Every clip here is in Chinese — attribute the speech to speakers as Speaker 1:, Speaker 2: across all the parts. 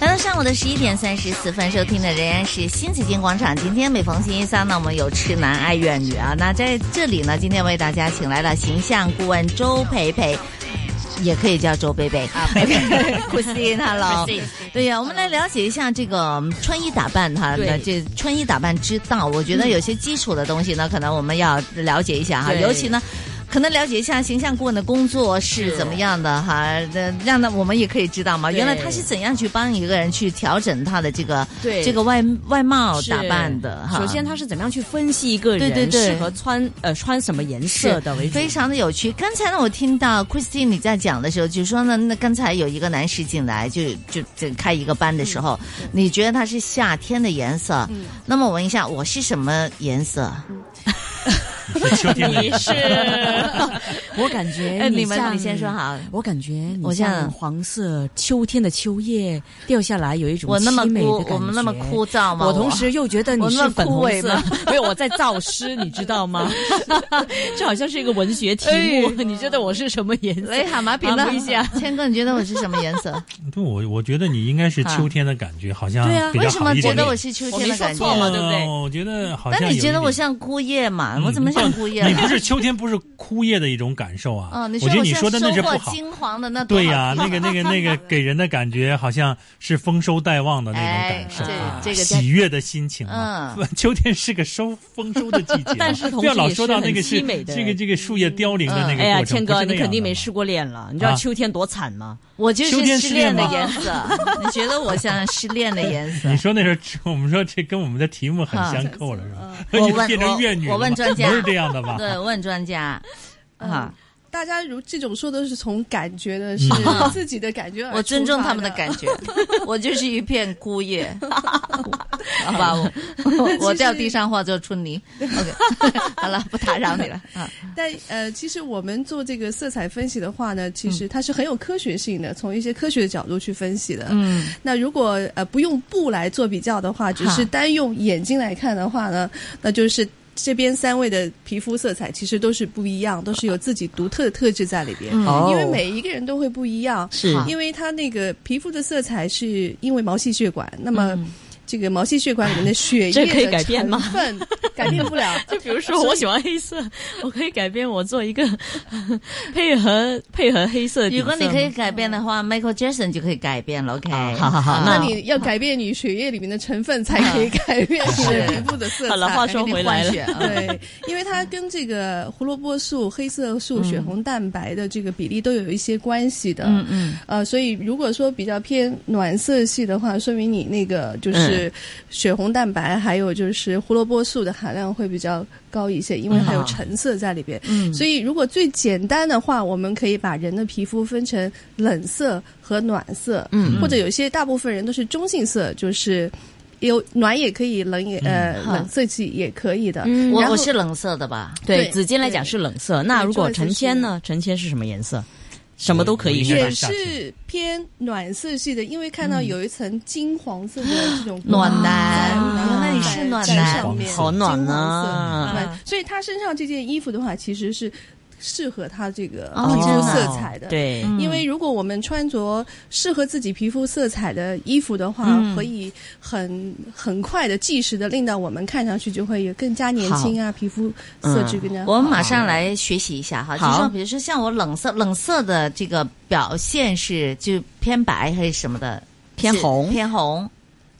Speaker 1: 来到上午的十一点三十四分，收听的仍然是新紫金广场。今天每逢星期三呢，我们有痴男爱怨女啊。那在这里呢，今天为大家请来了形象顾问周培培。也可以叫周贝贝啊， 贝贝
Speaker 2: 哦
Speaker 1: ，Christine，Hello，对 呀、我们来了解一下这个穿衣打扮哈，
Speaker 2: 对嗯
Speaker 1: 那这穿衣打扮之道，我觉得有些基础的东西呢，可能我们要了解一下哈，
Speaker 2: 对
Speaker 1: 尤其呢。可能了解一下形象顾问的工作是
Speaker 2: 是
Speaker 1: 怎么样的哈，这让呢我们也可以知道嘛，
Speaker 2: 对
Speaker 1: 原来他是怎样去帮一个人去调整他的这个
Speaker 2: 对
Speaker 1: 这个外外貌
Speaker 2: 是
Speaker 1: 打扮的哈。
Speaker 2: 首先，他是怎么样去分析一个人
Speaker 1: 对对对
Speaker 2: 适合穿呃穿什么颜色的为主？
Speaker 1: 非常的有趣。刚才呢，我听到 Christine 你在讲的时候，就说呢，那刚才有一个男士进来，就就就开一个班的时候，
Speaker 2: 嗯
Speaker 1: 你觉得他是夏天的颜色？那么我问一下，我是什么颜色？
Speaker 3: 是秋天 的
Speaker 2: 你是，我感觉
Speaker 1: 哎你们
Speaker 2: 像
Speaker 1: 你先说好
Speaker 2: 我感觉你
Speaker 1: 我像
Speaker 2: 像黄色秋天的秋叶掉下来，有一种
Speaker 1: 我那么
Speaker 2: 凄美的
Speaker 1: 枯，
Speaker 2: 感
Speaker 1: 我们那么
Speaker 2: 觉
Speaker 1: 枯燥吗？
Speaker 2: 我同时又觉得你
Speaker 1: 我那
Speaker 2: 是
Speaker 1: 么
Speaker 2: 粉红
Speaker 1: 枯萎
Speaker 2: 色
Speaker 1: 吗，
Speaker 2: 没有我在造诗，你知道吗？ 这好像是一个文学题
Speaker 1: 哎
Speaker 2: 目，你觉得我是什么颜色
Speaker 1: 我。？哎，好嘛，评论一下，谦哥，你觉得我是什么颜色？
Speaker 3: 对我我觉得你应该是秋天的感觉，好像
Speaker 2: 对啊
Speaker 3: 比
Speaker 1: 啊为
Speaker 3: 较
Speaker 1: 什
Speaker 3: 好
Speaker 1: 么
Speaker 3: 一
Speaker 1: 觉
Speaker 3: 点点。
Speaker 1: 得我是秋天的感
Speaker 2: 我没说错
Speaker 1: 觉？
Speaker 2: 嘛对不对
Speaker 3: 呃我觉得好像有
Speaker 1: 那
Speaker 3: 一点。嗯哦
Speaker 1: 你觉得我像枯叶嘛？我怎么像枯 叶
Speaker 3: 你
Speaker 1: 了？
Speaker 3: 不是秋天，不是枯叶的一种感 受啊。
Speaker 1: 嗯、你
Speaker 3: 我觉得你
Speaker 1: 我
Speaker 3: 说的
Speaker 1: 像
Speaker 3: 那
Speaker 1: 收
Speaker 3: 是不
Speaker 1: 获
Speaker 3: 好。
Speaker 1: 金黄的那多
Speaker 3: 对
Speaker 1: 好
Speaker 3: 呀、那个那个 那个给人的感觉好像是丰收待望的那种
Speaker 1: 哎
Speaker 3: 感受啊，
Speaker 1: 这这个嗯
Speaker 3: 喜悦的心情嘛。 秋天是个收丰收的季 节嘛，啊
Speaker 2: 但是同
Speaker 3: 不要
Speaker 2: 时
Speaker 3: 老
Speaker 2: 也
Speaker 3: 说
Speaker 2: 是
Speaker 3: 到
Speaker 2: 很
Speaker 3: 那个是
Speaker 2: 凄美的
Speaker 3: 这个这个树叶凋零
Speaker 1: 嗯
Speaker 3: 的那个
Speaker 2: 哎呀，
Speaker 3: 过程。
Speaker 2: 谦
Speaker 3: 不是
Speaker 2: 哥，
Speaker 3: 那
Speaker 2: 你
Speaker 3: 样
Speaker 2: 肯定
Speaker 3: 的
Speaker 2: 没
Speaker 3: 嘛
Speaker 2: 试过恋了，你知道
Speaker 3: 啊
Speaker 2: 秋天多惨吗？
Speaker 1: 我就
Speaker 3: 秋
Speaker 1: 是
Speaker 3: 天
Speaker 1: 失
Speaker 3: 失
Speaker 1: 恋
Speaker 3: 恋
Speaker 1: 的
Speaker 3: 吗
Speaker 1: 颜色， 你觉得我像失恋的颜色
Speaker 3: 你？说那是我们说这跟我们的题目很相扣了，是吧？
Speaker 1: 嗯我
Speaker 3: 你
Speaker 1: 问
Speaker 3: 变成怨女了
Speaker 1: 我我问
Speaker 3: 吗
Speaker 1: 专家
Speaker 3: 不是这样的吧？
Speaker 1: 对，问专家。啊，
Speaker 4: 大家如这种说都是从感觉的，是 自己 的感觉而
Speaker 1: 嗯我尊重
Speaker 4: 出发
Speaker 1: 他们的感觉， 我就是一片枯 叶，好吧，我 我掉地上化作春 泥。OK，好了，不打扰你了。啊，
Speaker 4: 但呃，其实我们做这个色彩分析的话呢，其实它是很有科学性的，从一些科学的角度去分析的。
Speaker 1: 嗯，
Speaker 4: 那如果呃不用布来做比较的话，只是单用眼睛来看的话呢，那就是。这边三位的皮肤色彩其实都是不一样，都是有自己独特的特质在里边，
Speaker 1: 嗯
Speaker 4: 因为每一个人都会不一样。
Speaker 2: 是
Speaker 1: 好
Speaker 4: 因为它那个皮肤的色彩是因为毛细血管，那么
Speaker 1: 嗯
Speaker 4: 这个毛细血管里面的血
Speaker 2: 这
Speaker 4: 液
Speaker 2: 可以
Speaker 4: 的
Speaker 2: 改变吗
Speaker 4: 成分 改变不了。
Speaker 2: 就比如说，我喜欢黑色，我可以改变我做一个 配合配合黑色的底
Speaker 1: 如
Speaker 2: 色吗。
Speaker 1: 果你可以改变的话，Michael Jackson 就可以改变了。OK，
Speaker 2: 啊好好好
Speaker 4: 那
Speaker 2: 那
Speaker 4: 你要改变你血液里面的成分，才可以改变你的皮肤的色 彩。
Speaker 2: 好了话说回来了
Speaker 1: 改变换血啊
Speaker 4: 对，因为它跟这个胡萝卜素、黑色
Speaker 2: 嗯
Speaker 4: 素、血红蛋白的这个比例都有一些关系的。
Speaker 1: 嗯嗯，
Speaker 4: 呃，所以如果说比较偏暖色系的话，说明你那个
Speaker 1: 嗯
Speaker 4: 就是血红蛋白，还有就是胡萝卜素的含量会比较高一些，因为还有橙色在里边。
Speaker 1: 嗯
Speaker 4: 所以如果最简单的话，我们可以把人的皮肤分成冷色和暖色，
Speaker 1: 嗯
Speaker 4: 或者有些大部分人都是中性色，就是。有暖也可以，冷也呃
Speaker 1: 嗯好
Speaker 4: 冷色系也可以的。
Speaker 2: 嗯
Speaker 1: 我
Speaker 4: 然后
Speaker 1: 我是冷色的吧？
Speaker 2: 对
Speaker 4: 对
Speaker 2: 紫金来讲
Speaker 4: 对
Speaker 2: 是冷色，那如果
Speaker 4: 对
Speaker 2: 陈谦呢？陈谦是什么颜色？什么都可以
Speaker 3: 我应
Speaker 2: 是吧
Speaker 3: 该
Speaker 4: 也
Speaker 3: 是夏天
Speaker 4: 是偏暖色系的，因为看到有一层金黄色的这 种
Speaker 1: 嗯暖
Speaker 4: 光
Speaker 1: 男
Speaker 4: 在
Speaker 1: 原来你是暖
Speaker 4: 在
Speaker 1: 男
Speaker 4: 上面
Speaker 2: 好暖
Speaker 4: 金黄色
Speaker 2: 啊
Speaker 4: 对所以他身上这件衣服的话，其实是适合他这个
Speaker 1: 哦
Speaker 4: 皮肤
Speaker 1: 真的
Speaker 4: 色彩的。。
Speaker 2: 对，
Speaker 1: 嗯
Speaker 4: 因为如果我们穿着适合自己皮肤色彩的衣服的话，
Speaker 1: 嗯
Speaker 4: 可以很很快的、即时的令到我们看上去就会更加年轻啊，皮肤色质更加嗯好、
Speaker 1: 嗯我们马上来学习一下哈，就
Speaker 2: 好
Speaker 1: 说比如说像我冷色冷色的这个表现是就偏白还是什么的，
Speaker 2: 偏
Speaker 1: 是
Speaker 2: 红
Speaker 1: 偏红，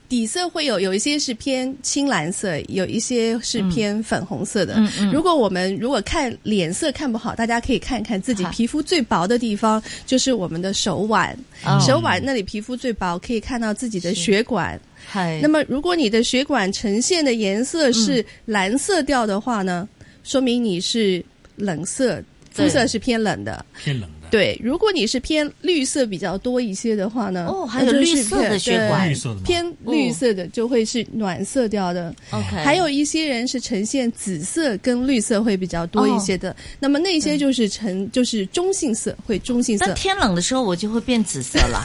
Speaker 4: 底色会有有一些是偏青蓝色，有一些是偏粉红色的。
Speaker 1: 嗯嗯
Speaker 4: 如果我们如果看脸色看不好，大家可以看看自己
Speaker 1: 好
Speaker 4: 皮肤最薄的地方，就是我们的手腕。
Speaker 1: 哦
Speaker 4: 手腕那里皮肤最薄，可以看到自己的血管。
Speaker 1: 嗨，
Speaker 4: 那么，如果你的血管呈现的颜
Speaker 1: 嗯
Speaker 4: 色是蓝色调的话呢，说明你是冷色，肤
Speaker 1: 对
Speaker 4: 色是偏冷的。
Speaker 3: 偏冷的，
Speaker 4: 对，如果你是偏绿色比较多一些的话呢，
Speaker 1: 哦还
Speaker 4: 那
Speaker 1: 有
Speaker 4: 就
Speaker 1: 绿
Speaker 4: 是
Speaker 1: 色
Speaker 4: 偏
Speaker 1: 的血
Speaker 4: 对
Speaker 1: 管
Speaker 3: 绿色的吗
Speaker 4: 偏绿色的就会是暖色调的。
Speaker 1: OK，
Speaker 4: 还有一些人是呈现紫色跟绿色会比较多一些
Speaker 1: 哦
Speaker 4: 的，那么那些就是呈就是中性色，会中性
Speaker 1: 但
Speaker 4: 色。
Speaker 1: 天冷的时候我就会变紫色了，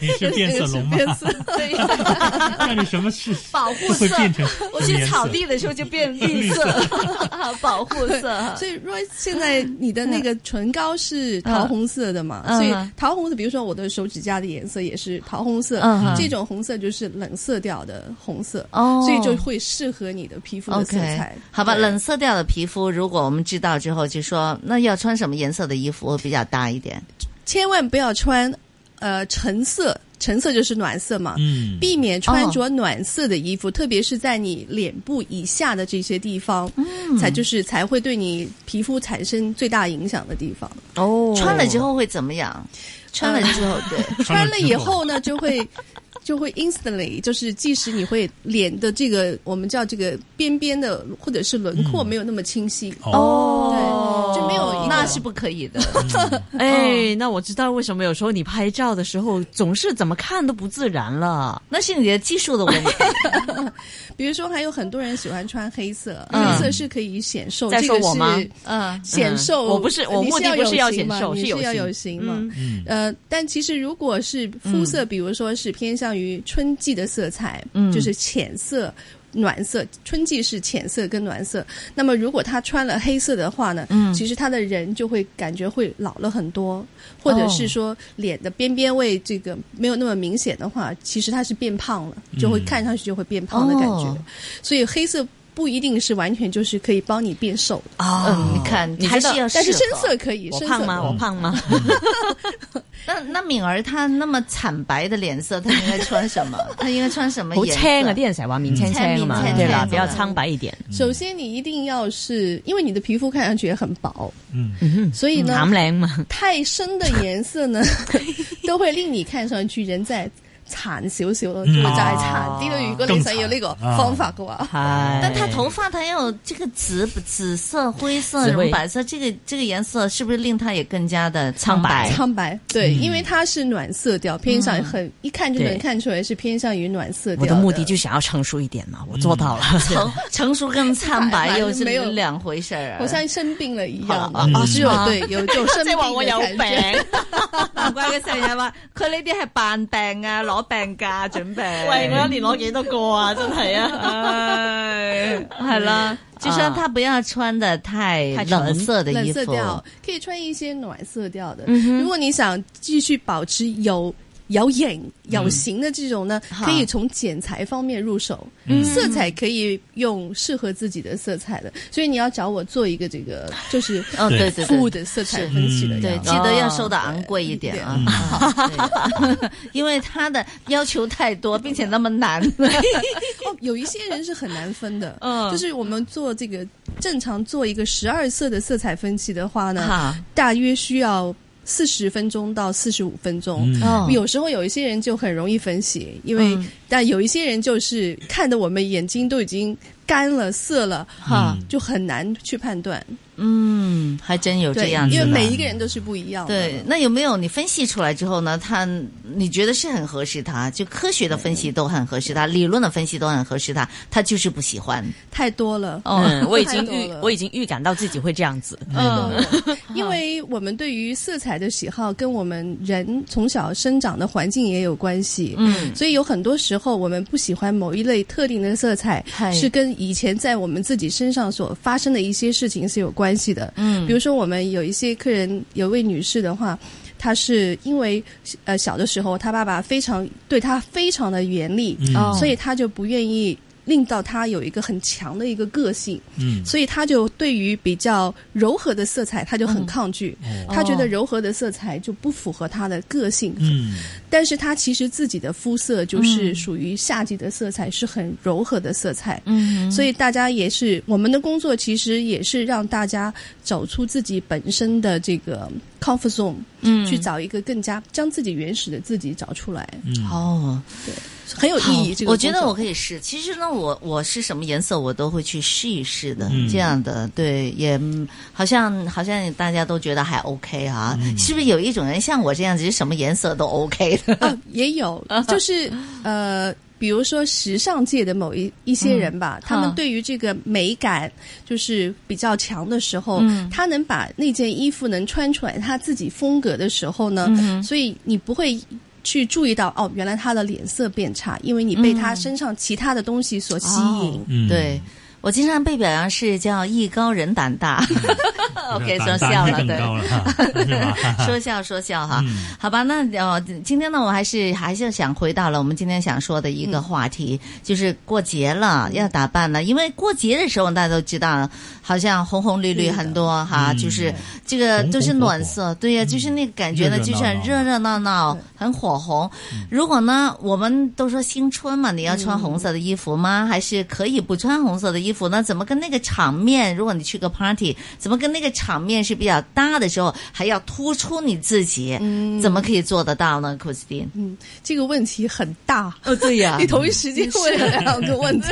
Speaker 3: 你是变色龙 吗？
Speaker 4: 变色，
Speaker 3: 干着什么事
Speaker 1: 保护
Speaker 3: 都会变成什么颜色
Speaker 1: 的时候就变 绿色，保护色
Speaker 4: 所以，若现在你的那个唇膏是桃红色的嘛，
Speaker 1: 嗯
Speaker 4: 所以桃红色，比如说我的手指甲的颜色也是桃红色，
Speaker 1: 嗯
Speaker 4: 这种红色就是冷色调的红色，
Speaker 1: 哦，
Speaker 4: 所以就会适合你的皮肤的
Speaker 1: OK，
Speaker 4: 色彩。
Speaker 1: 好吧，
Speaker 4: 对
Speaker 1: 冷色调的皮肤，如果我们知道之后，就说那要穿什么颜色的衣服会比较搭一点？
Speaker 4: 千万不要穿呃橙色，橙色就是暖色嘛。
Speaker 3: 嗯，
Speaker 4: 避免穿着暖色的衣服，特别是在你脸部以下的这些地方，
Speaker 1: 嗯
Speaker 4: 才就是才会对你皮肤产生最大影响的地方。
Speaker 2: 哦
Speaker 1: 穿了之后会怎么样？穿了之后，对，
Speaker 4: 穿了以
Speaker 3: 之
Speaker 4: 后呢，就会就会 instantly，就是即使你会脸的这个我们叫这个边边的或者是轮廓
Speaker 3: 嗯
Speaker 4: 没有那么清晰，
Speaker 2: 哦
Speaker 4: 对就没有一个
Speaker 1: 那是不可以 的。
Speaker 2: 哎，那我知道为什么有时候你拍照的时候总是怎么看都不自然了。
Speaker 1: 那是你的技术的问题。
Speaker 4: 比如说还有很多人喜欢穿黑色，
Speaker 1: 嗯
Speaker 4: 黑色是可以显瘦，
Speaker 2: 在
Speaker 4: 这
Speaker 2: 说
Speaker 4: 个
Speaker 2: 我吗
Speaker 4: 是 呃
Speaker 1: 嗯，
Speaker 4: 显瘦。
Speaker 2: 嗯我不是我
Speaker 4: 你
Speaker 2: 目的
Speaker 4: 要
Speaker 2: 不是
Speaker 4: 有
Speaker 2: 要
Speaker 4: 型
Speaker 2: 显
Speaker 4: 嘛
Speaker 2: 瘦
Speaker 4: 你
Speaker 2: 是
Speaker 4: 是
Speaker 2: 有
Speaker 4: 要
Speaker 2: 型
Speaker 4: 有型嘛？
Speaker 2: 嗯
Speaker 3: 嗯
Speaker 4: 呃，但其实如果是肤色，比如说是偏向于春季的色彩，
Speaker 1: 嗯
Speaker 4: 就是浅色。暖色，春季是浅色跟暖色。那么如果他穿了黑色的话呢，
Speaker 1: 嗯
Speaker 4: 其实他的人就会感觉会老了很多，或者是
Speaker 1: 哦
Speaker 4: 说脸的边边位这个没有那么明显的话，其实他是变胖了，就会
Speaker 3: 嗯
Speaker 4: 看上去就会变胖的感觉。
Speaker 1: 哦
Speaker 4: 所以黑色不一定是完全就是可以帮你变瘦的，
Speaker 2: 啊
Speaker 1: 嗯，你看，
Speaker 2: 你
Speaker 1: 还
Speaker 2: 知道
Speaker 1: 是要
Speaker 4: 但是
Speaker 1: 适
Speaker 4: 深
Speaker 1: 合。
Speaker 4: 色可以，
Speaker 2: 我
Speaker 4: 深
Speaker 2: 胖
Speaker 4: 色
Speaker 2: 吗？我胖吗？
Speaker 1: 那那敏儿她那么惨白的脸色，她应该穿什么？她应该穿什么
Speaker 2: 好
Speaker 1: 颜
Speaker 2: 青
Speaker 1: 色？
Speaker 2: 啊！啲人成日話面青青啊嘛
Speaker 1: 青，
Speaker 3: 面
Speaker 2: 對啦，
Speaker 1: 青
Speaker 2: 比較
Speaker 1: 青
Speaker 2: 蒼白一
Speaker 3: 嗯
Speaker 2: 點，
Speaker 4: 首先，你一定要是因为你的皮肤看上去也很薄，
Speaker 3: 嗯
Speaker 4: 所以呢
Speaker 2: 淡，靚嘛。
Speaker 4: 太深的颜色呢，都会令你看上去人在殘少少咯，就
Speaker 3: 嗯啊
Speaker 4: 係殘啲咯。如果你想要呢個方法嘅話，
Speaker 2: 係，
Speaker 1: 但她头发她要这个紫紫色、灰色、
Speaker 2: 紫
Speaker 1: 什
Speaker 2: 灰
Speaker 1: 么白色，这个这个颜色是不是令她也更加的苍
Speaker 2: 白
Speaker 1: 白？
Speaker 4: 啊苍白对，
Speaker 3: 嗯
Speaker 4: 因为它是暖色调，偏向很一看就能
Speaker 2: 对
Speaker 4: 看出来是偏向于暖色调。
Speaker 2: 我的目的就想要成熟一點嘛，我做到了。
Speaker 1: 成成熟跟苍白又是
Speaker 4: 没有
Speaker 1: 两回事 儿啊。
Speaker 4: 好像生病了一樣
Speaker 3: 嗯
Speaker 4: 啊，
Speaker 2: 嗯
Speaker 4: 是有對有有生
Speaker 2: 即
Speaker 4: 病
Speaker 2: 係話我有
Speaker 4: 嘅
Speaker 2: 病，
Speaker 4: 感覺。
Speaker 1: 难怪佢成日話佢呢啲係扮病啊，攞病假準備。
Speaker 2: 喂，我一年攞幾多個啊？真係啊！
Speaker 1: 係啦，就算他不要穿的太
Speaker 2: 太沉
Speaker 1: 冷色的
Speaker 4: 冷
Speaker 1: 衣
Speaker 4: 色
Speaker 1: 服，
Speaker 4: 调，可以穿一些暖色调的。
Speaker 1: 嗯哼
Speaker 4: 如果你想继续保持有有影
Speaker 1: 嗯
Speaker 4: 有型的这种呢，
Speaker 1: 好
Speaker 4: 可以从剪裁方面入手。
Speaker 3: 嗯
Speaker 4: 色彩可以用适合自己的色彩的，所以你要找我做一个这个就是
Speaker 1: 嗯，对对
Speaker 4: 负
Speaker 1: 对。
Speaker 4: 的色彩分析的
Speaker 3: 是
Speaker 1: 对，
Speaker 4: 样
Speaker 1: 记
Speaker 4: 子。
Speaker 1: 得要收的昂贵一点啊，
Speaker 4: 嗯
Speaker 1: 好 对因为他的要求太多，并且那么难。
Speaker 4: 哦，有一些人是很难 分的，
Speaker 2: 嗯
Speaker 4: 就是我们做这个正常做一个十二色的色彩分析的话呢，
Speaker 1: 哈，
Speaker 4: 大约需要四十分钟到四十五分钟。
Speaker 1: 哦
Speaker 4: 有时候有一些人就很容易分析，因为、
Speaker 1: 嗯
Speaker 4: 但有一些人就是看得我们眼睛都已经干了、涩了，
Speaker 1: 哈，
Speaker 4: 就很难去判断。
Speaker 1: 嗯，还真有这
Speaker 4: 对，
Speaker 1: 样子
Speaker 4: 因
Speaker 1: 的。
Speaker 4: 为每一个人都是不一样的。
Speaker 1: 对，那有没有你分析出来之后呢？他你觉得是很合适他，就科学的分析都很合适他，理论的分析都很合适他，他就是不喜欢。
Speaker 4: 太多了。
Speaker 1: 哦
Speaker 2: 嗯， 我已经
Speaker 4: 太多
Speaker 2: 预
Speaker 4: 了
Speaker 2: 我已经预感到自己会這樣子。
Speaker 4: 嗯， 因为我们对于色彩的喜好跟我们人从小生长的环境也有关系，
Speaker 1: 嗯，
Speaker 4: 所以有很多时候我们不喜欢某一类特定的色彩，
Speaker 1: 嗨
Speaker 4: 是跟以前在我们自己身上所发生的一些事情是有关系的。
Speaker 1: 嗯
Speaker 4: 比如说我们有一些客人，有位女士的话，她是因为呃小的时候，她爸爸非常对她非常的严厉，
Speaker 3: 嗯
Speaker 1: 哦
Speaker 4: 所以她就不愿意令到她有一个很强的一个个性，
Speaker 3: 嗯
Speaker 4: 所以她就对于比较柔和的色彩，她就很
Speaker 1: 嗯
Speaker 4: 抗拒。
Speaker 3: 哦
Speaker 4: 她觉得柔和的色彩就不符合她的个性，
Speaker 3: 嗯
Speaker 4: 但是她其实自己的肤色就是属于夏季的色彩，是很柔和的色彩。
Speaker 1: 嗯
Speaker 4: 所以大家也是我们的工作，其实也是让大家走出自己本身的这个 comfort zone，、
Speaker 1: 嗯
Speaker 4: 去找一个更加将自己原始的自己找出来，
Speaker 3: 嗯，
Speaker 1: 哦，
Speaker 4: 很有意义。这个
Speaker 1: 我觉得
Speaker 4: 工
Speaker 1: 我
Speaker 4: 作
Speaker 1: 可以试。其实呢，我我是什么颜色我都会去试一试的，
Speaker 3: 嗯
Speaker 1: 这样的对，也嗯好像好像大家都觉得还 OK 啊，
Speaker 3: 嗯
Speaker 1: 是不是有一种人像我这样子，是什么颜色都 OK 的？
Speaker 4: 啊也 有，就是呃。比如说，时尚界的某一一些人吧，他
Speaker 1: 嗯哈
Speaker 4: 们对于这个美感就是比较强的时候，
Speaker 1: 嗯
Speaker 4: 他能把那件衣服能穿出来他自己风格的时候呢，
Speaker 1: 嗯
Speaker 4: 所以你不会去注意到哦，
Speaker 1: 嗯哦
Speaker 4: 原来他的脸色变差，因为你被他身上其他的东西所吸引。
Speaker 3: 嗯
Speaker 1: 对。我经常被表扬是叫艺高人胆大。OK，说
Speaker 3: 嗯胆胆
Speaker 1: 笑
Speaker 3: 力
Speaker 1: 了，
Speaker 3: 更
Speaker 1: 对。
Speaker 3: 高 了，哈是吧？
Speaker 1: 说笑说笑哈，
Speaker 3: 嗯
Speaker 1: 好吧，那呃，今天呢，我还是还是想回到了我们今天想说的一个话题，
Speaker 3: 嗯
Speaker 1: 就是过节了要打扮了，因为过节的时候大家都知道，好像红红绿绿
Speaker 4: 绿的
Speaker 1: 很多哈，
Speaker 3: 嗯
Speaker 1: 就是这个
Speaker 3: 红
Speaker 1: 都是
Speaker 3: 红火嗯
Speaker 1: 暖
Speaker 3: 火
Speaker 1: 色，对呀、就是那个感觉呢，
Speaker 3: 热热
Speaker 1: 就
Speaker 3: 闹
Speaker 1: 是很
Speaker 3: 闹
Speaker 1: 热热闹嗯闹，很火红。如果呢，我们都说新春嘛，你要穿红色的衣服吗？还是可以不穿红色的衣服呢？怎么跟那个场面？如果你去个 party，怎么跟那个场面是比较搭的时候，还要突出你自己？怎么可以做得到呢 c h r i s t i n
Speaker 4: 嗯，这个问题很大。
Speaker 1: 哦，对呀
Speaker 4: 你同 一时间问了两个问题。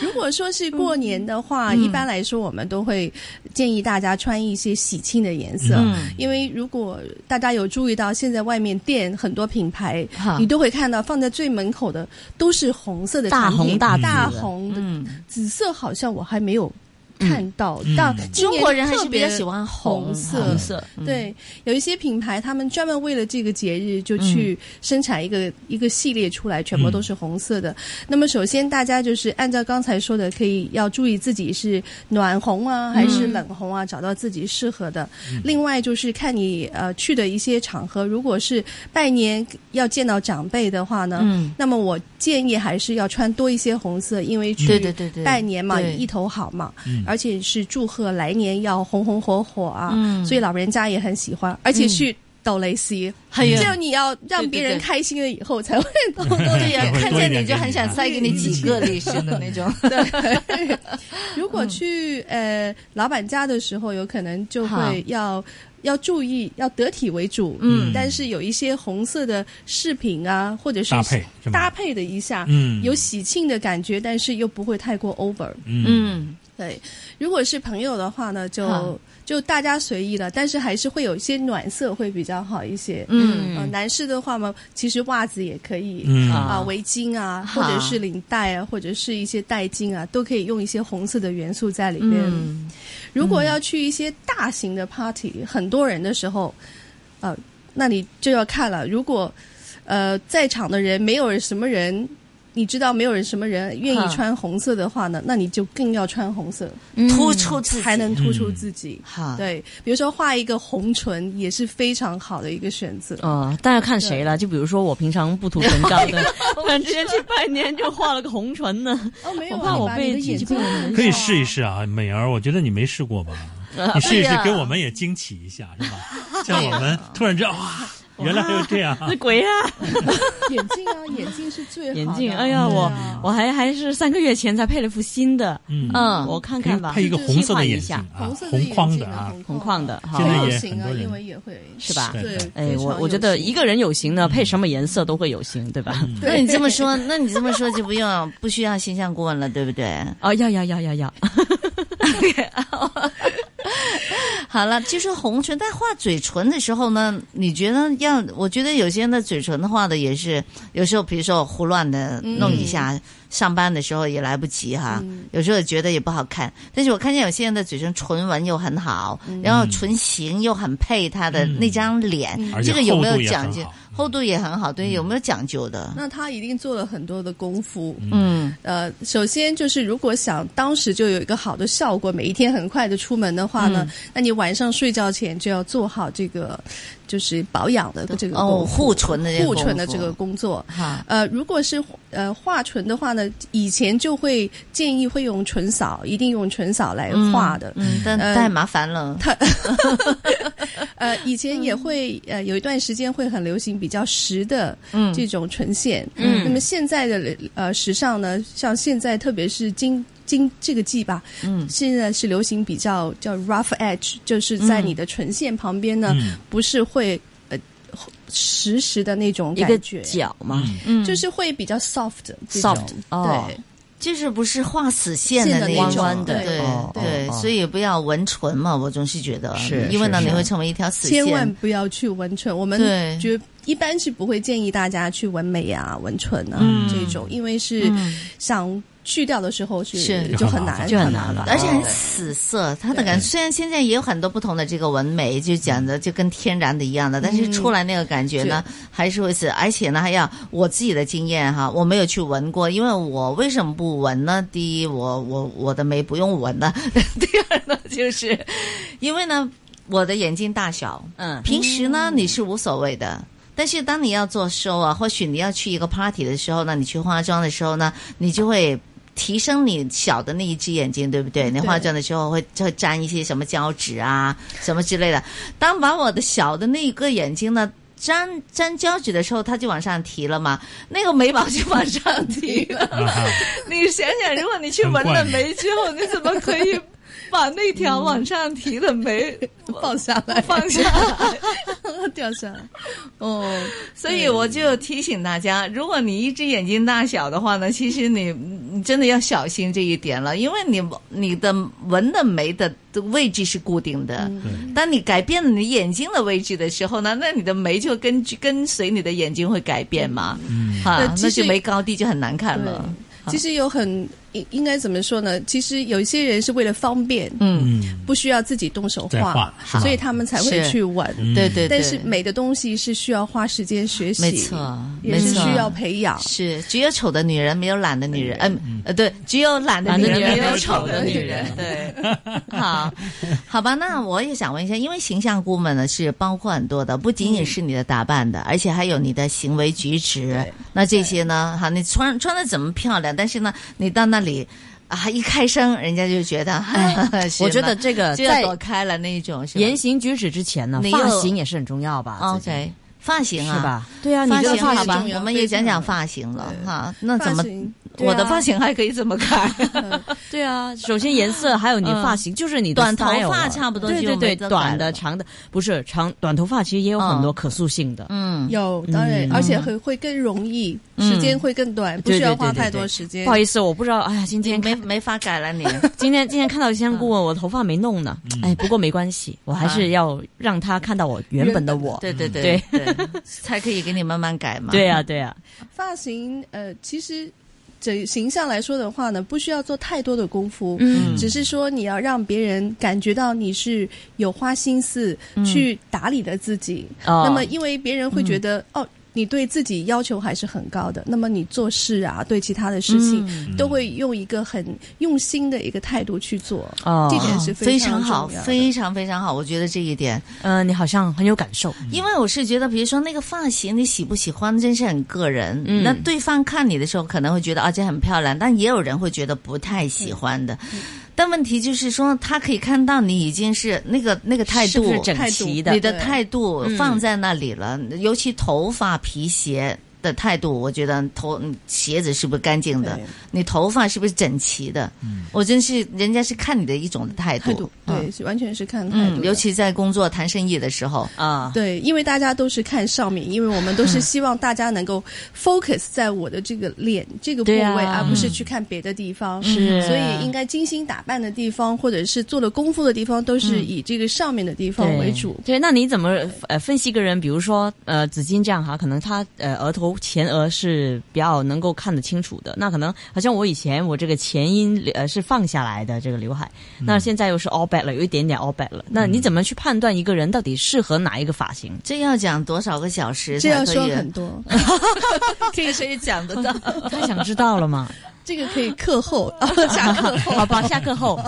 Speaker 4: 如果说是过年的话，一般来说我们都会建议大家穿一些喜庆的颜色，
Speaker 1: 嗯
Speaker 4: 因为如果大家有注意到，现在外面店很多品牌
Speaker 1: 哈，
Speaker 4: 你都会看到放在最门口的都是红色的
Speaker 2: 大
Speaker 4: 产品
Speaker 2: 红大紫的
Speaker 4: 大红的，
Speaker 1: 嗯，
Speaker 4: 紫色好像我还没有看到，
Speaker 3: 嗯
Speaker 4: 但
Speaker 3: 嗯
Speaker 4: 今
Speaker 1: 中
Speaker 4: 年
Speaker 1: 国人还
Speaker 4: 特
Speaker 1: 是比
Speaker 4: 别
Speaker 1: 较喜欢
Speaker 4: 红色
Speaker 2: 红色，
Speaker 4: 对，有一些品牌他们专门为了这个节日就去生产一个、一个系列出来，全部都是红色的。那么首先大家就是按照刚才说的，可以要注意自己是暖红啊还是冷红啊，找到自己适合的。另外就是看你呃去的一些场合，如果是拜年要见到长辈的话呢，
Speaker 1: 嗯
Speaker 4: 那么我建议还是要穿多一些红色，因为去
Speaker 1: 对对对对，
Speaker 4: 拜年嘛，
Speaker 1: 对
Speaker 4: 一头好嘛，
Speaker 3: 嗯
Speaker 4: 而且是祝贺来年要红红火火啊，
Speaker 1: 嗯
Speaker 4: 所以老人家也很喜欢，而且去斗雷西，
Speaker 1: 哎呀
Speaker 4: 这样你要让别人开心了以后才会斗雷
Speaker 1: 对呀、
Speaker 3: 会
Speaker 1: 看
Speaker 3: 多一
Speaker 1: 见
Speaker 3: 点
Speaker 1: 你就
Speaker 3: 给
Speaker 1: 很
Speaker 3: 你
Speaker 1: 想
Speaker 3: 啊
Speaker 1: 塞给你几个律师的那种。
Speaker 4: 如果去呃老板家的时候，有可能就
Speaker 1: 好
Speaker 4: 会要要注意，要得体为主，
Speaker 1: 嗯
Speaker 4: 但是有一些红色的饰品啊，或者是
Speaker 3: 搭配是吗
Speaker 4: 搭配的一下，
Speaker 3: 嗯
Speaker 4: 有喜庆的感觉，但是又不会太过 over，
Speaker 3: 嗯
Speaker 1: 嗯，
Speaker 4: 对，如果是朋友的话呢，
Speaker 1: 哈
Speaker 4: 就就大家随意了，但是还是会有一些暖色会比较好一些。
Speaker 1: 嗯
Speaker 4: 呃男士的话嘛，其实袜子也可以。
Speaker 3: 嗯
Speaker 1: 啊
Speaker 4: 啊，围巾啊，
Speaker 1: 哈
Speaker 4: 或者是领带啊，或者是一些带巾啊，都可以用一些红色的元素在里面。
Speaker 1: 嗯
Speaker 4: 如果要去一些大型的 party，很多人的时候，呃，那你就要看了。如果呃在场的人没有什么人，你知道没有人什么人愿
Speaker 1: 哈
Speaker 4: 意穿红色的话呢，那你就更要穿红色。
Speaker 1: 突出自己
Speaker 4: 才能突出自己。
Speaker 1: 哈。
Speaker 4: 对，比如说画一个红唇也是非常好的一个选择。
Speaker 2: 嗯，但要看谁了。就比如说我平常不涂唇膏的， 突然之间去拜年就画了个红唇呢，
Speaker 4: 哦，没有
Speaker 2: 我
Speaker 4: 啊，
Speaker 2: 怕
Speaker 4: 你
Speaker 2: 我
Speaker 4: 把你
Speaker 2: 被
Speaker 4: 的眼睛
Speaker 2: 被人
Speaker 3: 可以试一试啊，美儿，我觉得你没 试过吧？
Speaker 1: 哎
Speaker 3: 你试一试，给我们也惊奇一下，是吧？ 像我
Speaker 1: 哎
Speaker 3: 们突然知道，哇，原来还有这样啊，
Speaker 2: 那鬼啊！
Speaker 4: 眼镜啊， 眼镜是最好的
Speaker 2: 眼镜，哎呀，
Speaker 4: 对
Speaker 2: 我
Speaker 4: 啊
Speaker 2: 我还还是三个月前才配了副新的，
Speaker 3: 嗯，
Speaker 1: 嗯
Speaker 2: 我看
Speaker 3: 可以
Speaker 2: 看吧，
Speaker 3: 配一个红色的
Speaker 2: 替换一
Speaker 3: 眼镜
Speaker 2: 下
Speaker 3: 啊
Speaker 4: 红色，的
Speaker 3: 红
Speaker 4: 眼
Speaker 3: 框
Speaker 4: 镜
Speaker 3: 的啊，
Speaker 2: 红框的哈
Speaker 4: 很
Speaker 3: 现在
Speaker 4: 有
Speaker 3: 也
Speaker 4: 型
Speaker 3: 很
Speaker 4: 啊，
Speaker 3: 多人
Speaker 4: 英文也会
Speaker 2: 是吧？
Speaker 3: 对
Speaker 4: 对
Speaker 3: 的，
Speaker 2: 哎，
Speaker 4: 非
Speaker 2: 我
Speaker 4: 常
Speaker 2: 我觉得
Speaker 4: 有
Speaker 2: 一
Speaker 4: 型
Speaker 2: 个人有型呢，配什么颜色都会有型，对吧？
Speaker 1: 那你这么说，那你这么说就不用不需要形象顾问了，对不对？
Speaker 2: 哦，要要要要要，
Speaker 1: 好了，就是红唇，但画嘴唇的时候呢，你觉得要？我觉得有些人的嘴唇画的也是，有时候比如说我胡乱的弄一下，上班的时候也来不及哈。
Speaker 3: 嗯
Speaker 1: 有时候觉得也不好看，但是我看见有些人的嘴唇唇纹又很好，然后唇形又很配他的那张脸，
Speaker 3: 嗯而且
Speaker 1: 这个有没
Speaker 3: 厚
Speaker 1: 有
Speaker 3: 度也
Speaker 1: 讲
Speaker 3: 很
Speaker 1: 究
Speaker 3: 好？嗯
Speaker 1: 厚度也很好，对，有没有讲究的？
Speaker 4: 那他一定做了很多的功夫。
Speaker 1: 嗯
Speaker 4: 呃，首先就是如果想当时就有一个好的效果，每一天很快的出门的话呢，
Speaker 1: 嗯
Speaker 4: 那你晚上睡觉前就要做好这个就是保养的这个
Speaker 1: 哦，
Speaker 4: 功夫
Speaker 1: 护唇的这个
Speaker 4: 护唇的这个
Speaker 1: 功
Speaker 4: 工作。
Speaker 1: 夫哈，
Speaker 4: 呃，如果是呃画唇的话呢，以前就会建议会用唇扫，一定用唇扫来画的。
Speaker 1: 嗯，但
Speaker 4: 呃
Speaker 1: 太麻烦了。
Speaker 4: 呃，以前也会呃有一段时间会很流行比较实的
Speaker 1: 嗯
Speaker 4: 这种唇线。
Speaker 1: 嗯
Speaker 4: 那么现在的呃时尚呢，像现在特别是今今这个季吧，
Speaker 1: 嗯
Speaker 4: 现在是流行比较叫 rough edge，就是在
Speaker 1: 嗯
Speaker 4: 你的唇线旁边呢，
Speaker 3: 嗯
Speaker 4: 不是会呃实时的那种
Speaker 2: 一个
Speaker 4: 感觉，
Speaker 2: 角嘛
Speaker 3: 嗯
Speaker 1: 嗯
Speaker 4: 就是会比较 soft 的这种
Speaker 2: Soft，哦
Speaker 4: 对。
Speaker 1: 就是不是画死线
Speaker 4: 线
Speaker 1: 的
Speaker 4: 的
Speaker 1: 那
Speaker 4: 那
Speaker 1: 种
Speaker 4: 种
Speaker 1: 对
Speaker 4: 对
Speaker 2: 哦
Speaker 1: 对，
Speaker 2: 哦哦
Speaker 1: 所以不要纹唇嘛，我总是觉得，
Speaker 2: 是
Speaker 1: 因为呢
Speaker 2: 是
Speaker 1: 你
Speaker 2: 是
Speaker 1: 会成为一条死线，
Speaker 4: 千万不要去纹唇，我们
Speaker 1: 对
Speaker 4: 绝一般是不会建议大家去纹眉啊、纹唇啊、
Speaker 1: 嗯
Speaker 4: 这种，因为是
Speaker 1: 嗯
Speaker 4: 想去掉的时候
Speaker 1: 是
Speaker 4: 是就很难，
Speaker 1: 就很难了
Speaker 4: 了，，
Speaker 1: 而且很死涩。它的感觉虽然现在也有很多不同的这个纹眉，就讲的就跟天然的一样的，但是出来那个感觉呢，还是会死。而且呢，还要我自己的经验哈，我没有去纹过，因为我为什么不纹呢？第一，我我我的眉不用纹的； 第二呢，就是因为呢，我的眼睛大小，
Speaker 2: 嗯，
Speaker 1: 平时呢你是无所谓的。但是当你要做 show 啊，或许你要去一个 party 的时候呢，你去化妆的时候呢，你就会提升你小的那一只眼睛，对不对？你化妆的时候会会沾一些什么胶纸啊，什么之类的。当把我的小的那一个眼睛呢沾沾胶纸的时候，它就往上提了嘛，那个眉毛就往上提了。
Speaker 3: 啊哈
Speaker 1: 你想想，如果你去纹了眉之后，你怎么可以把那条往上提的 眉
Speaker 4: 放下来，
Speaker 1: 放下？
Speaker 4: 掉下来，哦，
Speaker 1: 所以我就
Speaker 4: 嗯
Speaker 1: 提醒大家，如果你一只眼睛大小的话呢，其实你你真的要小心这一点了，因为你你的纹的眉的位置是固定的。
Speaker 4: 嗯
Speaker 3: 对
Speaker 1: 当你改变了你眼睛的位置的时候呢，那你的眉就根据跟随你的眼睛会改变嘛，
Speaker 3: 嗯
Speaker 1: 哈、
Speaker 4: 对
Speaker 1: 那
Speaker 4: 其实
Speaker 1: 就眉高低就很难看了。
Speaker 4: 对，其实有很应应该怎么说呢？其实有一些人是为了方便，
Speaker 1: 嗯，
Speaker 3: 嗯，
Speaker 4: 不需要自己动手
Speaker 3: 再画
Speaker 4: 画，
Speaker 3: 是吧
Speaker 4: 所以他们才会
Speaker 1: 是
Speaker 4: 去玩。
Speaker 3: 嗯
Speaker 1: 对对对，
Speaker 4: 但是美的东西是需要花时间学习，
Speaker 1: 没错，
Speaker 4: 也
Speaker 1: 没
Speaker 4: 是
Speaker 1: 错，
Speaker 4: 需要培养。
Speaker 1: 是，只有丑的女人，没有懒的女人。嗯，呃，对，只有懒的
Speaker 2: 哎懒
Speaker 1: 女人，
Speaker 2: 的女人
Speaker 1: 没
Speaker 2: 没
Speaker 1: 有
Speaker 2: 有
Speaker 1: 丑
Speaker 2: 丑
Speaker 1: 的
Speaker 2: 的
Speaker 1: 女
Speaker 2: 女
Speaker 1: 人。对，好，好吧。那我也想问一下，因为形象顾问呢是包括很多的，不仅仅是你的打扮的，而且还有你的行为举止。那这些呢，哈，你穿穿的怎么漂亮，但是呢，你到那里啊一开声，人家就觉得， 是
Speaker 2: 哎我觉
Speaker 1: 呢
Speaker 2: 得这个
Speaker 1: 就要
Speaker 2: 在
Speaker 1: 躲开了那一种，是吧
Speaker 2: 言行举止之前呢
Speaker 1: 你，
Speaker 2: 发
Speaker 1: 又
Speaker 2: 型也是很重要吧自己
Speaker 1: OK 发型啊，
Speaker 2: 是吧？对啊，你
Speaker 1: 发
Speaker 2: 这个
Speaker 1: 型
Speaker 2: 发
Speaker 1: 好
Speaker 2: 型
Speaker 1: 吧
Speaker 4: 重，要
Speaker 1: 我们
Speaker 4: 非
Speaker 1: 也
Speaker 4: 常
Speaker 1: 讲讲
Speaker 4: 重
Speaker 1: 发型了哈。那
Speaker 4: 发
Speaker 1: 怎么
Speaker 4: 型
Speaker 2: 对啊
Speaker 1: 我的发型还可以这么改，
Speaker 2: 对啊，首先颜色，还有你发型，就是你的
Speaker 1: 嗯短头
Speaker 2: style
Speaker 1: 发
Speaker 2: 了
Speaker 1: 差不多
Speaker 2: 对
Speaker 1: 就
Speaker 2: 对
Speaker 1: 没得
Speaker 2: 对，
Speaker 1: 改
Speaker 2: 短
Speaker 1: 了
Speaker 2: 的、长的，不是长短头发，其实也有很多
Speaker 1: 嗯
Speaker 2: 可塑性的。
Speaker 1: 嗯，
Speaker 4: 有，当然，而且
Speaker 2: 嗯
Speaker 4: 会会更容易，
Speaker 1: 嗯
Speaker 4: 时间会更短，不
Speaker 2: 对
Speaker 4: 需要
Speaker 2: 对对
Speaker 4: 花
Speaker 2: 对
Speaker 4: 太
Speaker 2: 对
Speaker 4: 多时间。
Speaker 2: 不好意思，我不知道，哎呀，今
Speaker 1: 你
Speaker 2: 天
Speaker 1: 没没法改 了你，
Speaker 2: 今天今天看到香
Speaker 1: 嗯
Speaker 2: 顾问，我头发没弄呢，哎，不过没关系，我还是要让他看到我原本的我。
Speaker 1: 对对对啊对，才可以给你慢慢改嘛。哦
Speaker 2: 对呀，对啊呀，
Speaker 4: 发型，呃，其实整形象来说的话呢，不需要做太多的功夫，
Speaker 2: 嗯
Speaker 4: 只是说你要让别人感觉到你是有花心思
Speaker 1: 嗯
Speaker 4: 去打理的自己。
Speaker 1: 啊
Speaker 2: 哦
Speaker 4: 那么，因为别人会觉得、
Speaker 1: 嗯
Speaker 4: 哦。你对自己要求还是很高的，那么你做事啊，对其他的事情、
Speaker 1: 嗯
Speaker 4: 都会用一个很用心的一个态度去做，
Speaker 2: 哦
Speaker 4: 这点
Speaker 1: 哦
Speaker 4: 是
Speaker 1: 非
Speaker 4: 常
Speaker 1: 常
Speaker 4: 重要
Speaker 1: 好，
Speaker 4: 的
Speaker 1: 非常非常好，我觉得这一点，
Speaker 2: 嗯，你好像很有感受，
Speaker 1: 因为我是觉得，比如说那个发型，你喜不喜欢，真是很个人。
Speaker 2: 嗯
Speaker 1: 那对方看你的时候，可能会觉得啊，这很漂亮，但也有人会觉得不太喜欢的。
Speaker 4: 嗯
Speaker 1: 但问题就是说，他可以看到你已经是那个那个态
Speaker 2: 是
Speaker 1: 度，
Speaker 2: 不是整
Speaker 4: 态度
Speaker 2: 齐的
Speaker 1: 你？的
Speaker 4: 对
Speaker 1: 态度
Speaker 2: 嗯
Speaker 1: 放在那里了，尤其头发、皮鞋的态度，我觉得头嗯鞋子是不是干净的
Speaker 4: 对，嗯
Speaker 1: 你头发是不是整齐的，我真是人家是看你的一种态度，
Speaker 4: 态度，对，
Speaker 1: 嗯
Speaker 4: 是完全是看态度
Speaker 1: 嗯，
Speaker 4: 的。
Speaker 1: 尤其在工作谈生意的时候，
Speaker 2: 啊，
Speaker 4: 对，因为大家都是看上面，因为我们都
Speaker 2: 嗯
Speaker 4: 是希望大家能够 focus 在我的这个脸这个部
Speaker 2: 对
Speaker 4: 位，
Speaker 2: 啊
Speaker 4: 而不是去看别的地方。
Speaker 2: 是
Speaker 4: 所以应该精心打扮的地方，或者是做了功夫的地方，都是以这个上面的地方为主。
Speaker 2: 嗯对，那你怎么呃分析一个人？比如说呃紫金这样哈，可能他呃额头前额是比较能够看得清楚的。那可能好像我以前我这个前音呃是放下来的这个刘海，那现在又是 all back 了，有一点点 all back 了。那你怎么去判断一个人到底适合哪一个发型？
Speaker 1: 这要讲多少个小时
Speaker 4: 这
Speaker 1: 才
Speaker 4: 要
Speaker 1: 可
Speaker 4: 说
Speaker 1: 以？
Speaker 4: 很多，
Speaker 1: 这 个可以讲得到。
Speaker 2: 太想知道了嘛？
Speaker 4: 这个可以课后， 下课 后。
Speaker 2: 好吧，下课后，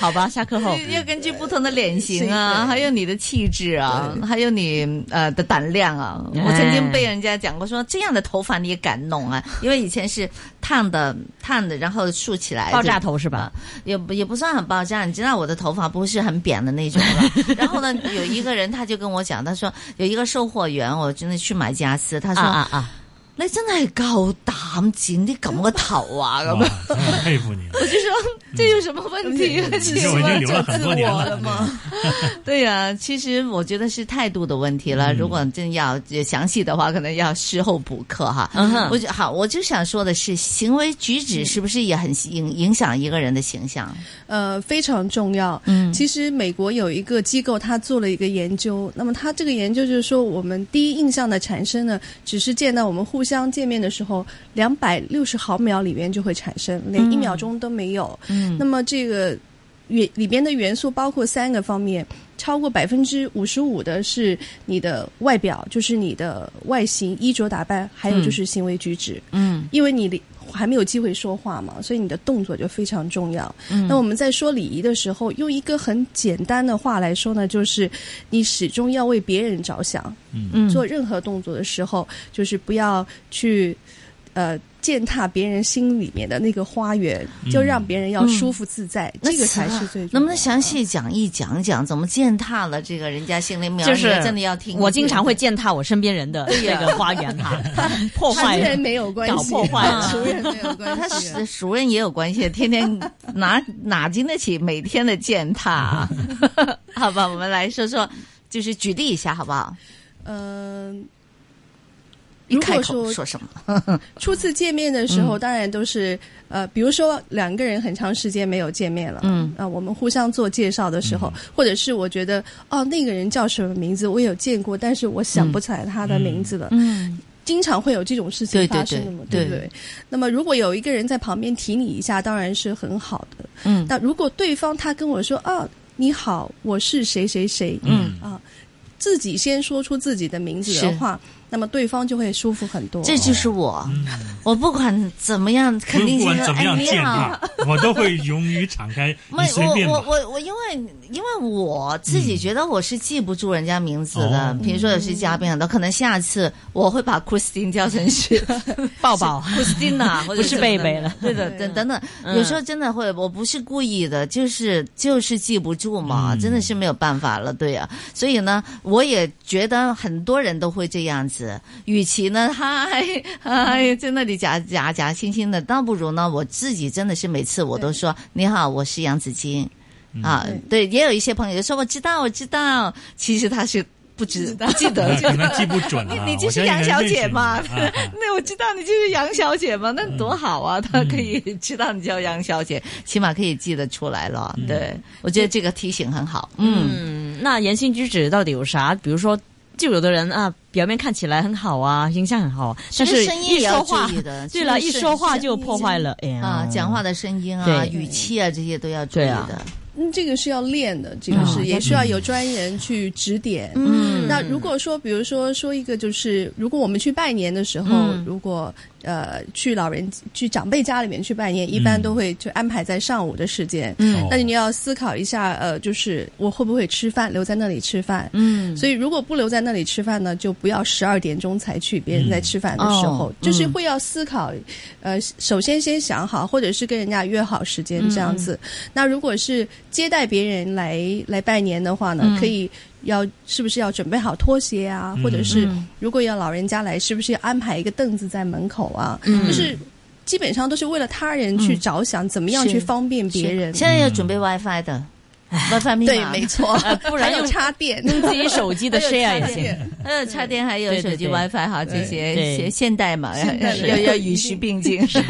Speaker 2: 好吧，下 课后。
Speaker 1: 要根据不同的脸型
Speaker 4: 是
Speaker 1: 啊，
Speaker 4: 对
Speaker 1: 还有你的气质啊，还有你呃的胆量啊。
Speaker 2: 哎
Speaker 1: 我曾经被人家讲过说，这样的头发你也敢弄 啊？因为以前是烫的烫的，然后竖起来
Speaker 2: 爆炸
Speaker 1: 就
Speaker 2: 头是吧？
Speaker 1: 也不也不算很爆炸，你知道我的头发不是很扁的那种 了。然后呢，有一个人他就跟我讲，他说有一个售货员，我真的去买家私，他
Speaker 2: 啊
Speaker 1: 说、
Speaker 2: 啊啊！
Speaker 1: 你真係夠膽剪啲咁嘅頭 啊
Speaker 4: 嗯
Speaker 1: 咁
Speaker 3: 哇
Speaker 1: 樣。，
Speaker 3: 真的很佩服你了，啊
Speaker 1: 我就说啊这有什么问题啊？其
Speaker 3: 嗯你
Speaker 1: 实
Speaker 3: 这我已经留了很多年
Speaker 1: 我
Speaker 3: 了
Speaker 1: 嘛。 对呀、其实我觉得是态度的问题了。
Speaker 3: 嗯
Speaker 1: 如果真要呃详细的话，可能要事后补课哈。
Speaker 2: 嗯哼
Speaker 1: 我就好，我就想说的是，行为举止是不是也很影影响一个人的形象？
Speaker 4: 呃，非常重要。
Speaker 1: 嗯
Speaker 4: 其实美国有一个机构，它做了一个研究。那么它这个研究就是说，我们第一印象的产生呢，只是见到我们互相见面的时候，两百六十毫秒里面就会产生，连一秒钟都没有。
Speaker 1: 嗯
Speaker 4: 那么这个元里边的元素包括三个方面，超过百分之五十五的是你的外表，就是你的外形、衣着打扮，还有就是行为举止。
Speaker 1: 嗯
Speaker 4: 因为你离还没有机会说话嘛，所以你的动作就非常重要。
Speaker 1: 嗯
Speaker 4: 那我们在说礼仪的时候，用一个很简单的话来说呢，就是你始终要为别人着想，
Speaker 3: 嗯
Speaker 1: 嗯
Speaker 4: 做任何动作的时候，就是不要去呃践踏别人心里面的那个花园，
Speaker 3: 嗯
Speaker 4: 就让别人要舒服自在，
Speaker 1: 那
Speaker 4: 这个才
Speaker 1: 行啊
Speaker 4: 是最重要的
Speaker 1: 能不能详细讲一讲讲怎么践踏了这个人家心里面？
Speaker 2: 就是
Speaker 1: 人家真的要听。
Speaker 2: 我经常会践踏我身边人的
Speaker 1: 呀
Speaker 2: 这个花园 哈， 破
Speaker 4: 传
Speaker 2: 坏。
Speaker 4: 人没有关
Speaker 2: 搞
Speaker 4: 系，
Speaker 2: 破坏
Speaker 4: 啊熟人没有 关
Speaker 1: 他
Speaker 4: 系。
Speaker 1: 是熟人也有关系，天天哪哪经得起每天的践踏啊？ 好吧，我们来说说，就是举例一下好不好？
Speaker 4: 嗯、
Speaker 1: 一
Speaker 4: 如果
Speaker 1: 开口
Speaker 4: 说
Speaker 1: 说什么？
Speaker 4: 初次见面的时
Speaker 1: 嗯
Speaker 4: 候，当然都是呃，比如说两个人很长时间没有见面了，
Speaker 1: 嗯
Speaker 4: 啊、我们互相做介绍的时候，或者是我觉得哦，那个人叫什么名字，我有见过，但是我想不起来他的名字了，
Speaker 1: 嗯
Speaker 4: 经常会有这种事
Speaker 1: 对对
Speaker 4: 情发生的嘛，
Speaker 1: 对
Speaker 4: 不
Speaker 1: 对
Speaker 4: 对？那么如果有一个人在旁边提你一下，当然是很好的。
Speaker 1: 嗯
Speaker 4: 那如果对方他跟我说啊，你好，我是谁谁谁，
Speaker 3: 嗯
Speaker 4: 啊，自己先说出自己的名字的
Speaker 1: 是
Speaker 4: 话，那么对方就会舒服很多。
Speaker 1: 这就是我，
Speaker 3: 嗯，
Speaker 1: 我不管怎么样，肯定
Speaker 3: 不
Speaker 1: 先
Speaker 3: 管
Speaker 1: 说
Speaker 3: 怎么
Speaker 1: 哎
Speaker 3: 样
Speaker 1: 你
Speaker 3: 践
Speaker 1: 好。
Speaker 3: 踏，我都会勇于敞开，
Speaker 1: 没
Speaker 3: 你，随便
Speaker 1: 我我
Speaker 3: 吧。嗯
Speaker 1: 我我，因为因为我自己觉得我是记不住人家名字的。
Speaker 3: 哦
Speaker 1: 比如说有些嘉宾很啊多，可能下次我会把 Christine 叫成是
Speaker 2: 抱抱
Speaker 1: Christina，或者
Speaker 2: 不是
Speaker 1: 什么
Speaker 2: 贝
Speaker 1: 的
Speaker 2: 贝了
Speaker 1: 对的，
Speaker 4: 对
Speaker 1: 等等等，
Speaker 2: 嗯
Speaker 1: 有时候真的会，我不是故意的，就是就是记不住嘛，
Speaker 3: 嗯
Speaker 1: 真的是没有办法了，对呀、所以呢，我也觉得很多人都会这样子，与其呢，嗨嗨，在那里假假假惺惺的，倒不如呢，我自己真的是每次我都说你好，我是杨子金。啊，对，也有一些朋友就说我知道，我知道，其实他是不知不记得，
Speaker 3: 那
Speaker 1: 就
Speaker 3: 可能记不准了。
Speaker 1: 你你就
Speaker 3: 我
Speaker 1: 是
Speaker 3: 相信
Speaker 1: 杨
Speaker 3: 人
Speaker 1: 小
Speaker 3: 认识
Speaker 1: 姐
Speaker 3: 你
Speaker 1: 嘛
Speaker 3: 啊啊
Speaker 1: 那我知道你就是杨小姐嘛，
Speaker 2: 嗯
Speaker 1: 那多好啊！她可以知道你叫杨小姐，起码可以记得出来了。对，我觉得这个提醒很好。嗯
Speaker 2: 嗯，那言行举止到底有啥？比如说，就有的人啊，表面看起来很好啊，形象很好啊，但是
Speaker 1: 声音
Speaker 2: 一
Speaker 1: 也要
Speaker 2: 说
Speaker 1: 注
Speaker 2: 话，
Speaker 1: 意的，
Speaker 2: 对了，
Speaker 1: 其
Speaker 2: 一
Speaker 1: 实是
Speaker 2: 说话就破坏了。哎呀，
Speaker 1: 啊，讲话的声音啊、
Speaker 2: 对
Speaker 1: 语气啊这些都要注意
Speaker 2: 对啊
Speaker 1: 的。
Speaker 4: 嗯，这个是要练的，这个
Speaker 2: 嗯
Speaker 4: 是、也需要
Speaker 3: 嗯
Speaker 4: 有专人去指点。
Speaker 1: 啊嗯
Speaker 4: 那如果说，比如说说一个，就是如果我们去拜年的时候，
Speaker 1: 嗯
Speaker 4: 如果呃去老人去长辈家里面去拜年，一般
Speaker 3: 嗯
Speaker 4: 都会就安排在上午的时间。
Speaker 2: 哦
Speaker 1: 嗯
Speaker 4: 那你要思考一下，呃，就是我会不会吃饭，留在那里吃饭。
Speaker 1: 嗯，
Speaker 4: 所以如果不留在那里吃饭呢，就不要十二点钟才去别人在吃饭的时候，
Speaker 1: 哦
Speaker 4: 就是
Speaker 1: 嗯
Speaker 4: 会要思考，呃，首先先想好，或者是跟人家约好时间这样子。
Speaker 1: 嗯
Speaker 4: 那如果是接待别人来来拜年的话呢，
Speaker 1: 嗯
Speaker 4: 可以要是不是要准备好拖鞋啊，
Speaker 3: 嗯
Speaker 4: 或者是
Speaker 1: 嗯
Speaker 4: 如果要老人家来，是不是要安排一个凳子在门口啊？
Speaker 1: 嗯
Speaker 4: 就是基本上都是为了他人去
Speaker 1: 嗯
Speaker 4: 着想，怎么样
Speaker 1: 是
Speaker 4: 去方便别人。
Speaker 1: 现在要准
Speaker 2: 嗯
Speaker 1: 备 WiFi 的，WiFi
Speaker 2: 哎
Speaker 1: 密
Speaker 4: 对，
Speaker 1: 码
Speaker 4: 没 错，
Speaker 2: 不然
Speaker 4: 还有
Speaker 2: 用
Speaker 4: 插电。
Speaker 2: 用自己手机的 share 一
Speaker 4: 插
Speaker 2: 些
Speaker 4: 电。
Speaker 1: 还有插电，呃还有
Speaker 2: 对
Speaker 1: 手
Speaker 2: 对
Speaker 1: 机
Speaker 2: 对
Speaker 1: WiFi 哈，这
Speaker 4: 对
Speaker 1: 些
Speaker 2: 对
Speaker 1: 现现代嘛，
Speaker 4: 现代
Speaker 1: 要
Speaker 4: 的
Speaker 1: 要与时并 进。是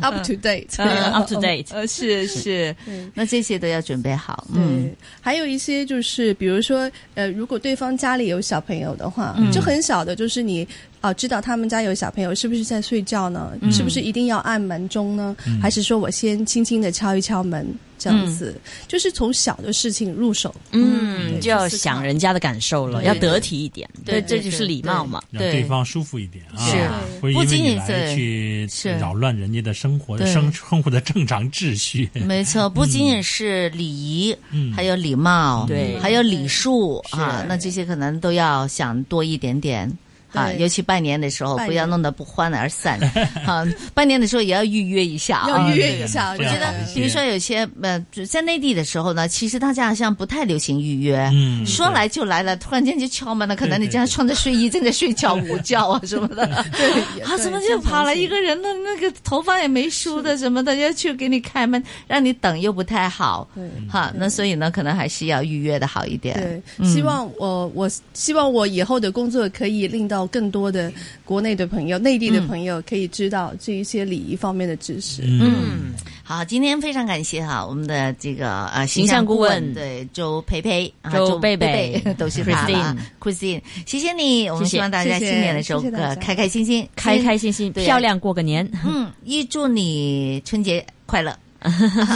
Speaker 4: up to date，
Speaker 2: 嗯
Speaker 4: 对
Speaker 2: up to date
Speaker 1: 呃，是是
Speaker 4: 对，
Speaker 1: 那这些都要准备好。嗯
Speaker 4: 对，还有一些就是，比如说，呃，如果对方家里有小朋友的话，
Speaker 1: 嗯
Speaker 4: 就很小的，就是你啊、知道他们家有小朋友，是不是在睡觉呢？
Speaker 1: 嗯
Speaker 4: 是不是一定要按门钟呢？
Speaker 3: 嗯
Speaker 4: 还是说我先轻轻的敲一敲门，这样子，
Speaker 1: 嗯
Speaker 4: 就是从小的事情入手。
Speaker 2: 嗯，
Speaker 4: 对
Speaker 2: 就要想人家的感受了，
Speaker 4: 对
Speaker 2: 要得体一点，
Speaker 1: 对
Speaker 2: 这
Speaker 1: 对
Speaker 2: 就是礼貌嘛。
Speaker 3: 让对方舒服一点啊，
Speaker 1: 是
Speaker 3: 不是因
Speaker 1: 不仅
Speaker 3: 为你
Speaker 1: 仅
Speaker 3: 来
Speaker 1: 是
Speaker 3: 去
Speaker 1: 是
Speaker 3: 扰乱人家的生活、
Speaker 1: 对
Speaker 3: 生生活的正常秩序。
Speaker 1: 没错，不仅仅是礼仪，
Speaker 3: 嗯，
Speaker 1: 还有礼貌，
Speaker 2: 对
Speaker 1: 还有礼数
Speaker 2: 是
Speaker 1: 啊，那这些可能都要想多一点点。啊，
Speaker 4: 对
Speaker 1: 尤其拜年的时候，
Speaker 4: 拜年
Speaker 1: 不要弄得不欢而散。啊，拜年的时候也要预约一下啊。
Speaker 4: 要预
Speaker 1: 对
Speaker 4: 约一下，
Speaker 3: 对
Speaker 1: 我觉
Speaker 3: 要
Speaker 1: 得
Speaker 3: 有一，些
Speaker 1: 比如说有些呃，就在内地的时候呢，其实大家好像不太流行预约。
Speaker 3: 嗯，
Speaker 1: 说来就来了，突然间就敲门了，可能
Speaker 3: 对
Speaker 1: 你
Speaker 3: 对
Speaker 1: 这样
Speaker 3: 对
Speaker 1: 穿着睡衣正在睡觉、午觉啊什么的。
Speaker 4: 对
Speaker 1: 啊，怎么就跑了一？
Speaker 4: 对
Speaker 1: 个人呢？那个头发也没梳的什么的，要去给你开门，让你等又不太好，
Speaker 4: 对，
Speaker 1: 哈。那所以呢，可能还是要预约的好一点。
Speaker 4: 对，
Speaker 1: 嗯嗯
Speaker 4: 希望我我希望我以后的工作可以令到到更多的国内的朋友、内地的
Speaker 1: 嗯
Speaker 4: 朋友可以知道这一些礼仪方面的知识。
Speaker 3: 嗯，
Speaker 1: 好，今天非常感谢哈，我们的这个呃
Speaker 2: 形
Speaker 1: 象
Speaker 2: 象顾
Speaker 1: 问
Speaker 2: 问
Speaker 1: 对周培培、啊
Speaker 2: 周
Speaker 1: 贝
Speaker 2: 贝
Speaker 1: 贝
Speaker 2: 贝
Speaker 1: 都是他了啊 Christine，谢谢你，我们
Speaker 2: 谢谢
Speaker 1: 希望大家
Speaker 4: 谢
Speaker 1: 新
Speaker 4: 谢
Speaker 1: 年的时候
Speaker 4: 谢谢大
Speaker 1: 呃
Speaker 4: 家
Speaker 1: 开开心心，
Speaker 2: 开
Speaker 1: 新
Speaker 2: 开心心，
Speaker 1: 对啊
Speaker 2: 漂亮过个年。
Speaker 1: 嗯，预祝你春节快乐，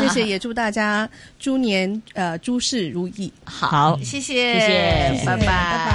Speaker 4: 谢谢，也祝大家猪年呃诸事如意。
Speaker 2: 好，
Speaker 1: 谢谢，
Speaker 2: 谢谢
Speaker 1: 拜
Speaker 4: 拜拜